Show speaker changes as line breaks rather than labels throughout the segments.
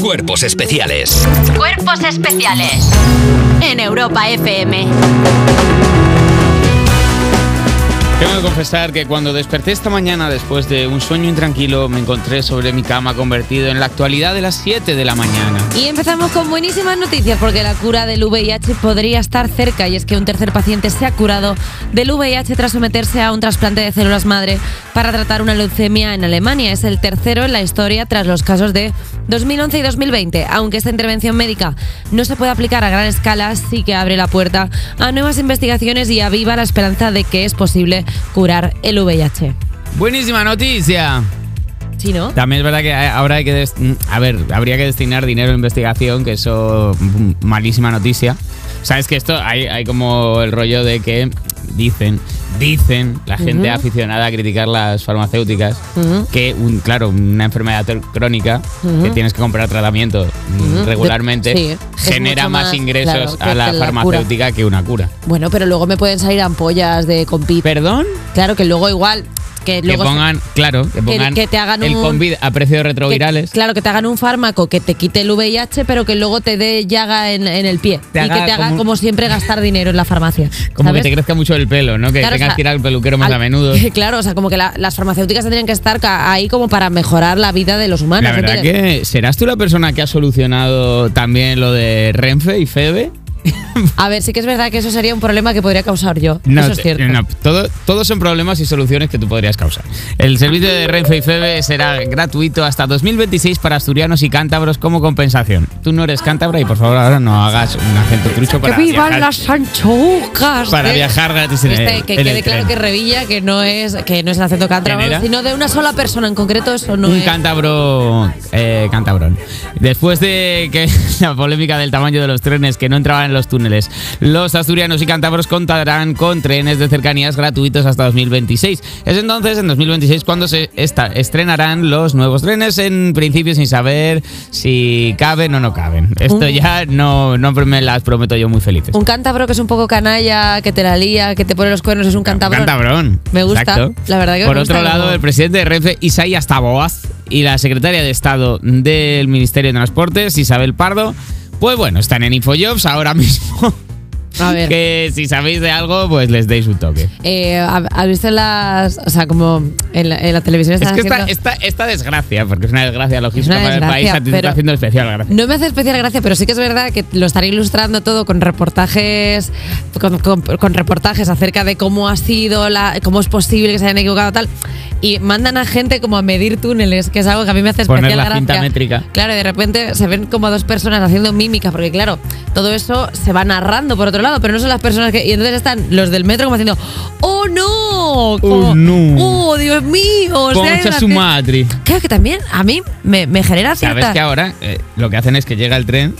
Cuerpos especiales.
Cuerpos especiales en Europa FM.
Tengo que confesar que cuando desperté esta mañana después de un sueño intranquilo me encontré sobre mi cama convertido en la actualidad de las 7 de la mañana.
Y empezamos con buenísimas noticias porque la cura del VIH podría estar cerca y es que un tercer paciente se ha curado del VIH tras someterse a un trasplante de células madre para tratar una leucemia en Alemania. Es el tercero en la historia tras los casos de 2011 y 2020. Aunque esta intervención médica no se puede aplicar a gran escala, sí que abre la puerta a nuevas investigaciones y aviva la esperanza de que es posible curar el VIH.
Buenísima noticia.
¿Sí, no?
También es verdad que ahora hay que... des- mm, A ver, habría que destinar dinero a investigación, que eso... mm, Malísima noticia. Sabes que esto hay, hay como el rollo de que dicen, dicen la gente
Ujú.
aficionada a criticar las farmacéuticas
Ujú.
que, un, claro, una enfermedad ter- crónica
Ujú.
que tienes que comprar tratamiento mm,
Ujú. De-
regularmente
sí, es
genera
mucho
más,
más,
ingresos
claro, que
a la
la cura.
farmacéutica que una cura.
Bueno, pero luego me pueden salir ampollas de compit.
¿Perdón?
Claro que luego igual que
Que
luego
pongan, claro, que pongan
que te hagan
el
un-
COVID a precios
que-
retrovirales.
claro, que te hagan un fármaco que te quite el VIH, pero que luego te dé llaga en, en el pie.
Te
y
haga
que te haga,
como-
como, siempre, gastar dinero en la farmacia.
Como
¿sabes?
que te crezca mucho el pelo, ¿no? Que
Claro, o
tengas
sea,
que ir al peluquero más
al-
a menudo.
Claro, o sea, como que la- las farmacéuticas tendrían que estar ca- ahí como para mejorar la vida de los humanos.
La verdad
¿entiendes?
que serás tú la persona que ha solucionado también lo de Renfe y Febe.
A ver, sí que es verdad que eso sería un problema que podría causar yo. eso es
te-
cierto.
no, todo- todos son problemas y soluciones que tú podrías causar. El servicio de Renfe y Febe será gratuito hasta 2026 para asturianos y cántabros como compensación. Tú no eres cántabra y por favor ahora no hagas un acento trucho para
¡Que vivan
viajar,
las anchojas!
para
¿eh?
viajar gratis en el-
Este, que
en el
quede claro
tren.
que Revilla que no es que no es el acento cántabro,
¿Quién era?
sino de una sola persona en concreto, eso no
un
es.
cántabro eh, cantabrón. Después de que la polémica del tamaño de los trenes que no entraban en los túneles, los asturianos y cántabros contarán con trenes de cercanías gratuitos hasta 2026. Es entonces en 2026 cuando se esta- estrenarán los nuevos trenes, en principio sin saber si caben o no caben. Esto ya no, no me las prometo yo muy felices.
Un cántabro que es un poco canalla, que te la lía, que te pone los cuernos, es un cántabro.
Cantabrón.
Me gusta. La verdad que me
Por
gusta
otro lado,
como-
el presidente de Renfe, Isaías Taboaz, y la secretaria de Estado del Ministerio de Transportes, Isabel Pardo, pues bueno, están en Infojobs ahora mismo.
A ver.
Que si sabéis de algo, pues les deis un toque.
Eh, ¿ha- ¿Has visto las. O sea, como en la, en la televisión
Es
están
que esta,
haciendo-
esta, esta desgracia, porque es una desgracia logística
Es una
para el
desgracia,
país, a ti te
pero-
está haciendo especial gracia.
No me hace especial gracia, pero sí que es verdad que lo estaré ilustrando todo con reportajes, con, con- con reportajes acerca de cómo ha sido, la, cómo es posible que se hayan equivocado tal. Y mandan a gente como a medir túneles, que es algo que a mí me hace especial
Poner la
gracia.
cinta métrica.
Claro, y de repente se ven como a dos personas haciendo mímica, porque claro, todo eso se va narrando por otro lado, pero no son las personas que. Y entonces están los del metro como haciendo, ¡Oh no! Como,
no.
¡Oh Dios mío! se ha ido
Concha
la
su
te-".
madre.
Claro que también a mí me, me genera cierta.
Sabes que ahora eh, lo que hacen es que llega el tren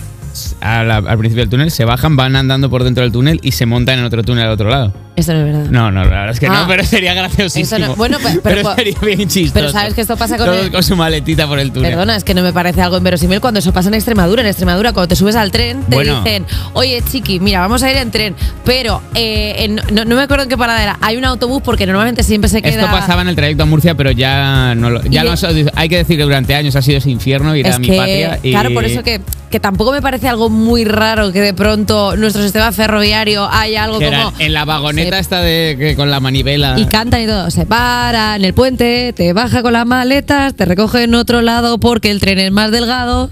a la- al principio del túnel, se bajan, van andando por dentro del túnel y se montan en otro túnel al otro lado.
Esto no es verdad.
No, no, la verdad es que
Ah.
no, pero sería graciosísimo.
Eso no- bueno, pe- pero- pues,
sería bien chistoso.
pero sabes que esto pasa con
Todos
el-
con su maletita por el túnel.
Perdona, es que no me parece algo inverosímil cuando eso pasa en Extremadura. En Extremadura, cuando te subes al tren, te
Bueno.
dicen, oye, chiqui, mira, vamos a ir en tren, pero eh, en- no, no me acuerdo en qué parada era. Hay un autobús porque normalmente siempre se queda.
Esto pasaba en el trayecto a Murcia, pero ya no lo, ya
Y-
lo has- hay que decir que durante años ha sido ese infierno ir
es
a mi
que,
patria. y-
Claro, por eso que, que tampoco me parece algo muy raro que de pronto nuestro sistema ferroviario haya algo
que era
como.
en la vagoneta
se-
esta de que con la manivela.
Y cantan y todo. Se para en el puente, te baja con las maletas, te recoge en otro lado porque el tren es más delgado.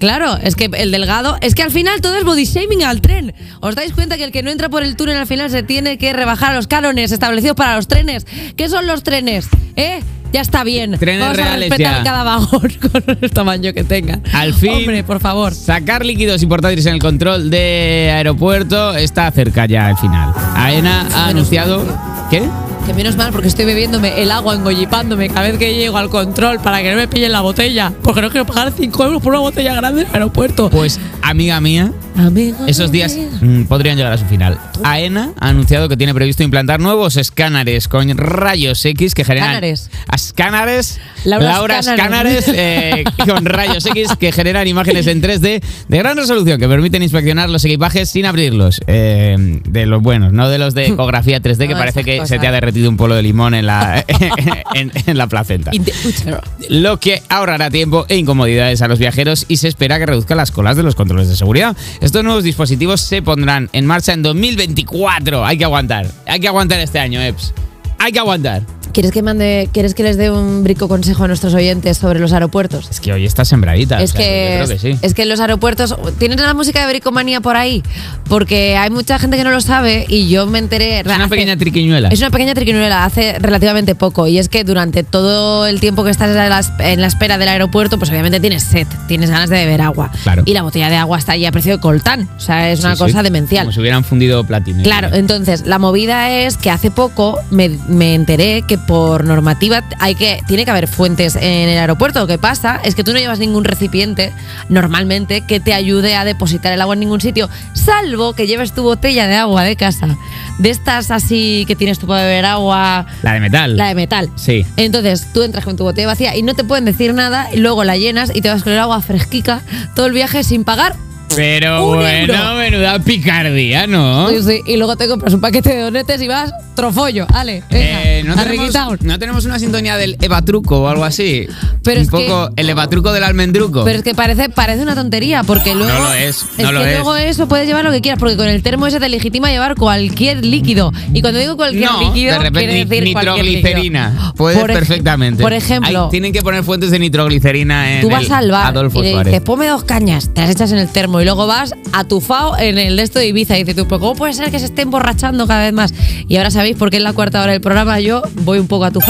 Claro, es que el delgado. Es que al final todo es body shaming al tren. ¿Os dais cuenta que el que no entra por el túnel al final se tiene que rebajar a los cánones establecidos para los trenes? ¿Qué son los trenes? ¿Eh? Ya está bien.
Trenes
Vamos a
reales
respetar
ya.
cada vagón con el tamaño que tenga.
Al fin.
Hombre, por favor.
Sacar líquidos y portátiles en el control de aeropuerto está cerca ya al final. AENA ha anunciado. ¿Qué?
Que menos mal porque estoy bebiéndome el agua, engollipándome cada vez que llego al control para que no me pillen la botella. Porque no quiero pagar 5 euros por una botella grande en el aeropuerto.
Pues, amiga mía,
Amigo,
Esos días mm, podrían llegar a su final. AENA ha anunciado que tiene previsto implantar nuevos escáneres con rayos X que generan.
Cánares.
Escánares.
Laura
Escánares
Escánares.
eh, con rayos X que generan imágenes en 3D de gran resolución que permiten inspeccionar los equipajes sin abrirlos. Eh, de los buenos, no de los de ecografía 3D que
No,
parece
esas
que se
cosas.
te ha derretido vertido un polo de limón en la, en, en la placenta.
In the utero.
Lo que ahorrará tiempo e incomodidades a los viajeros y se espera que reduzca las colas de los controles de seguridad. Estos nuevos dispositivos se pondrán en marcha en 2024. Hay que aguantar. Hay que aguantar este año, Eps. Hay que aguantar.
¿Quieres que mande, quieres que les dé un brico consejo a nuestros oyentes sobre los aeropuertos?
Es que hoy está sembradita.
Es
o sea,
que,
yo creo que sí.
es que en los aeropuertos tienen la música de bricomanía por ahí, porque hay mucha gente que no lo sabe y yo me enteré.
Es una
hace-
pequeña triquiñuela.
Es una pequeña triquiñuela hace relativamente poco y es que durante todo el tiempo que estás en la, en la espera del aeropuerto, pues obviamente tienes sed, tienes ganas de beber agua.
Claro.
Y la botella de agua está ahí a precio de coltán, o sea, es una
Sí, sí.
cosa demencial.
Como si hubieran fundido platino.
Claro, entonces la movida es que hace poco me, me enteré que por normativa hay que tiene que haber fuentes en el aeropuerto. Lo que pasa es que tú no llevas ningún recipiente normalmente que te ayude a depositar el agua en ningún sitio, salvo que lleves tu botella de agua de casa, de estas así que tienes tú para beber agua,
La de metal.
la de metal.
Mm. Sí.
Entonces tú entras con tu botella vacía y no te pueden decir nada, y luego la llenas y te vas con el agua fresquica todo el viaje sin pagar.
Pero
Un
bueno,
euro.
menuda picardía, ¿no?
Sí, sí, Y luego te compras un paquete de donetes y vas trofollo. Ale, venga,
Eh, ¿no,
arriguitao.
tenemos, no tenemos una sintonía del evatruco o algo así.
Pero
Un
es que-
poco el evatruco del almendruco.
Pero es que parece, parece una tontería, porque luego.
lo es, no
es
lo
que
es.
luego eso puedes llevar lo que quieras, porque con el termo ese te legitima llevar cualquier líquido. Y cuando digo cualquier
no,
líquido,
de repente
quiere decir cualquier
nitroglicerina.
líquido.
Puedes
Por ej-
perfectamente.
Por ejemplo,
Hay- tienen que poner fuentes de nitroglicerina en
tú vas
el
al bar eh,
Adolfo
y le
Suárez.
dices, ponme dos cañas, te las echas en el termo y luego vas atufado en el de esto de Ibiza. Y dices tú, pero ¿cómo puede ser que se esté emborrachando cada vez más? Y ahora sabéis por qué en la cuarta hora del programa yo voy un poco atufada.